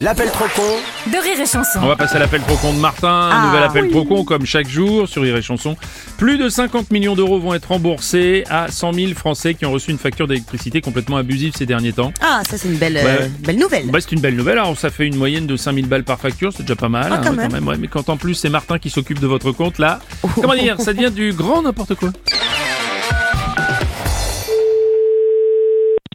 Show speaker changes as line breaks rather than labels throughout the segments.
L'appel trop con
de rire et chanson.
On va passer à l'appel trop con de Martin,
Ah,
un nouvel appel trop con comme chaque jour sur Rire et Chanson. Plus de 50 millions d'euros vont être remboursés à 100 000 Français qui ont reçu une facture d'électricité complètement abusive ces derniers temps.
Ah, ça c'est une belle,
Ouais.
euh, belle nouvelle.
Bah, c'est une belle nouvelle, alors ça fait une moyenne de 5000 balles par facture, c'est déjà pas mal.
Ah,
hein,
quand
ouais,
même. Oh.
ouais. Mais quand en plus c'est Martin qui s'occupe de votre compte là, comment dire, ça devient du grand n'importe quoi.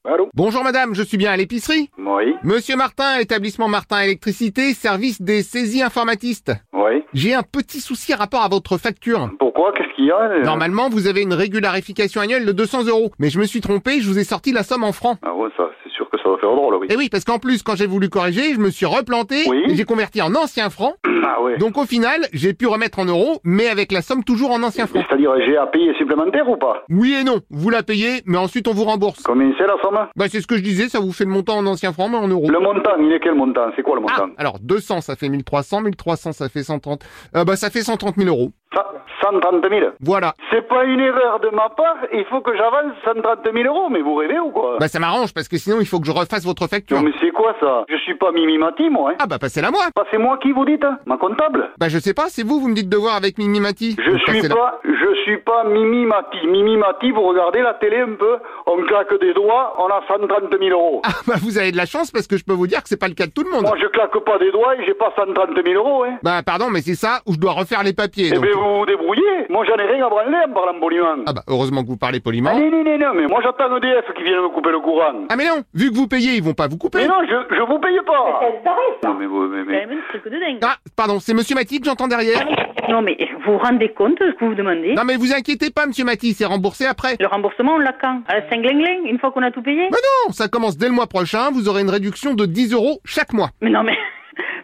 Allô
Bonjour madame, je suis bien à l'épicerie.
Oui,
Monsieur Martin, établissement Martin Électricité, service des saisies informatistes.
oui.
J'ai un petit souci rapport à votre facture.
Pourquoi Qu'est-ce qu'il y a euh
Normalement, vous avez une régularification annuelle de 200 euros, mais je me suis trompé, je vous ai sorti la somme en francs.
Ah ouais, ça, c'est sûr que ça va faire drôle, oui.
Et oui, parce qu'en plus, quand j'ai voulu corriger, je me suis replanté,
Oui.
et j'ai converti en anciens francs,
Ah ouais.
donc au final, j'ai pu remettre en euros, mais avec la somme toujours en anciens
Mais
francs.
C'est-à-dire, j'ai à payer supplémentaire ou pas
Oui et non, vous la payez, mais ensuite on vous rembourse.
Combien c'est la somme
Bah c'est ce que je disais, ça vous fait le montant en anciens francs, mais en euros.
Le montant, il est quel montant C'est quoi le
Ah,
montant
alors 200 ça fait 1300, 1300 ça fait 130, euh, bah ça fait 130 000 euros.
Ça- 130 000
Voilà.
C'est pas une erreur de ma part, il faut que j'avance 130 000 euros, mais vous rêvez ou quoi
Bah ça m'arrange parce que sinon il faut que je refasse votre facture.
Ah. Non mais c'est quoi ça Je suis pas mimimati, moi, hein
Ah bah passez-la moi.
Bah, c'est moi qui vous dites, hein ma comptable
Bah je sais pas, c'est vous, vous me dites de voir avec Mimi Mati. Bah,
Je
Donc,
suis
passez-la.
pas, je suis pas Mimi Mati. Mimi Mati, vous regardez la télé un peu, on claque des doigts, on a 130 000 euros.
Ah bah vous avez de la chance parce que je peux vous dire que c'est pas le cas de tout le monde.
Moi, je claque pas des doigts et j'ai pas 130 000 euros, hein.
Bah pardon, mais c'est ça où je dois refaire les papiers.
Eh
donc.
ben, vous vous débrouillez. Moi, j'en ai rien à branler en parlant poliment.
Ah bah heureusement que vous parlez
Ah,
poliment.
non, non, non, non, mais moi, j'attends EDF qui vienne me couper le courant.
Ah mais non, vu que vous payez, ils vont pas vous
Mais
couper.
non, je, je vous paye pas. Non, mais, vous- mais, mais-
Ah pardon, c'est Monsieur Mati que j'entends derrière.
Non, mais vous vous rendez compte de ce que vous demandez
Non mais vous inquiétez pas Monsieur Mati, c'est remboursé après.
Le remboursement, on l'a quand À la cinglinglin, une fois qu'on a tout payé
Bah non, ça commence dès le mois prochain, vous aurez une réduction de 10 euros chaque mois.
Mais non, mais...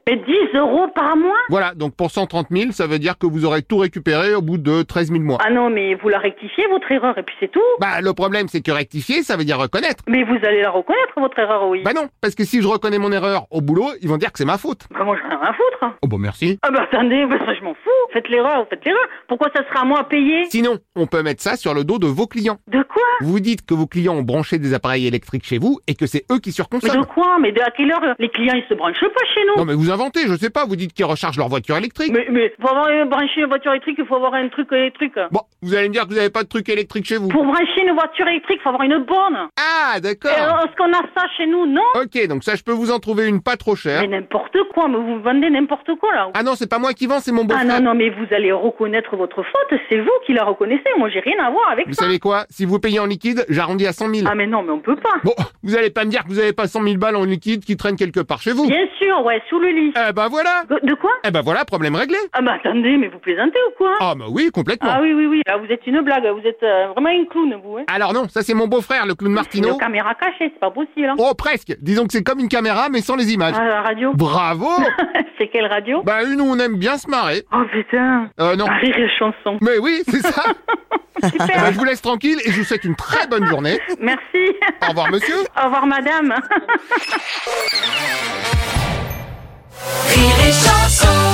Mais 10 euros par mois
Voilà, donc pour 130 000, ça veut dire que vous aurez tout récupéré au bout de 13 000 mois.
Ah non, mais vous la rectifiez, votre erreur, et puis c'est tout.
Bah, le problème, c'est que rectifier, ça veut dire reconnaître.
Mais vous allez la reconnaître, votre erreur, oui.
Bah non, parce que si je reconnais mon erreur au boulot, ils vont dire que c'est ma faute.
Comment j'en ai rien à foutre
Oh bah merci.
Ah bah attendez, bah, ça, je m'en fous. Faites l'erreur, faites l'erreur. Pourquoi ça sera à moi à payer
Sinon, on peut mettre ça sur le dos de vos clients.
De quoi
Vous dites que vos clients ont branché des appareils électriques chez vous et que c'est eux qui
Mais de
surconsomment.
quoi Mais de à quelle heure Les clients, ils se branchent pas chez nous.
Bah, Non mais vous inventez, je sais pas, vous dites qu'ils rechargent leur voiture électrique.
Mais, mais pour avoir euh, branché une voiture électrique, il faut avoir un truc électrique.
Bon, vous allez me dire que vous avez pas de truc électrique chez vous.
Pour brancher une voiture électrique, il faut avoir une borne.
Ah,
Et,
d'accord.
euh, Est-ce qu'on a ça chez nous Non
Ok, donc ça, je peux vous en trouver une pas trop chère.
Mais n'importe quoi, mais vous vendez n'importe quoi là.
Ah non, c'est pas moi qui vends, c'est mon
Ah
beau-frère.
non, non, mais vous allez reconnaître votre faute, c'est vous qui la reconnaissez, moi j'ai rien à voir avec
Vous
ça.
savez quoi Si vous payez en liquide, j'arrondis à 100 000.
Ah mais non, mais on peut pas.
Bon, vous allez pas me dire que vous avez pas 100 000 balles en liquide qui traînent quelque part chez vous.
Bien sûr, ouais, sous le lit.
Eh ben voilà
De de quoi
Eh ben voilà, problème réglé
Ah bah attendez, mais vous plaisantez ou quoi
Ah bah oui, complètement
Ah oui, oui, oui, là vous êtes une blague, vous êtes euh, vraiment une clown, vous. Hein.
Alors non, ça c'est mon beau-frère, le clown
Nos
Martino.
caméras cachées, c'est pas possible. Hein.
Oh presque Disons que c'est comme une caméra, mais sans les images.
Ah, la radio
Bravo
C'est quelle radio
Bah une où on aime bien se marrer.
Oh putain
Euh non.
Ah, Rire et chanson.
Mais oui, c'est ça
Super
Bah, Je vous laisse tranquille et je vous souhaite une très bonne journée.
Merci
Au revoir monsieur
Au revoir madame
Rire et chanson.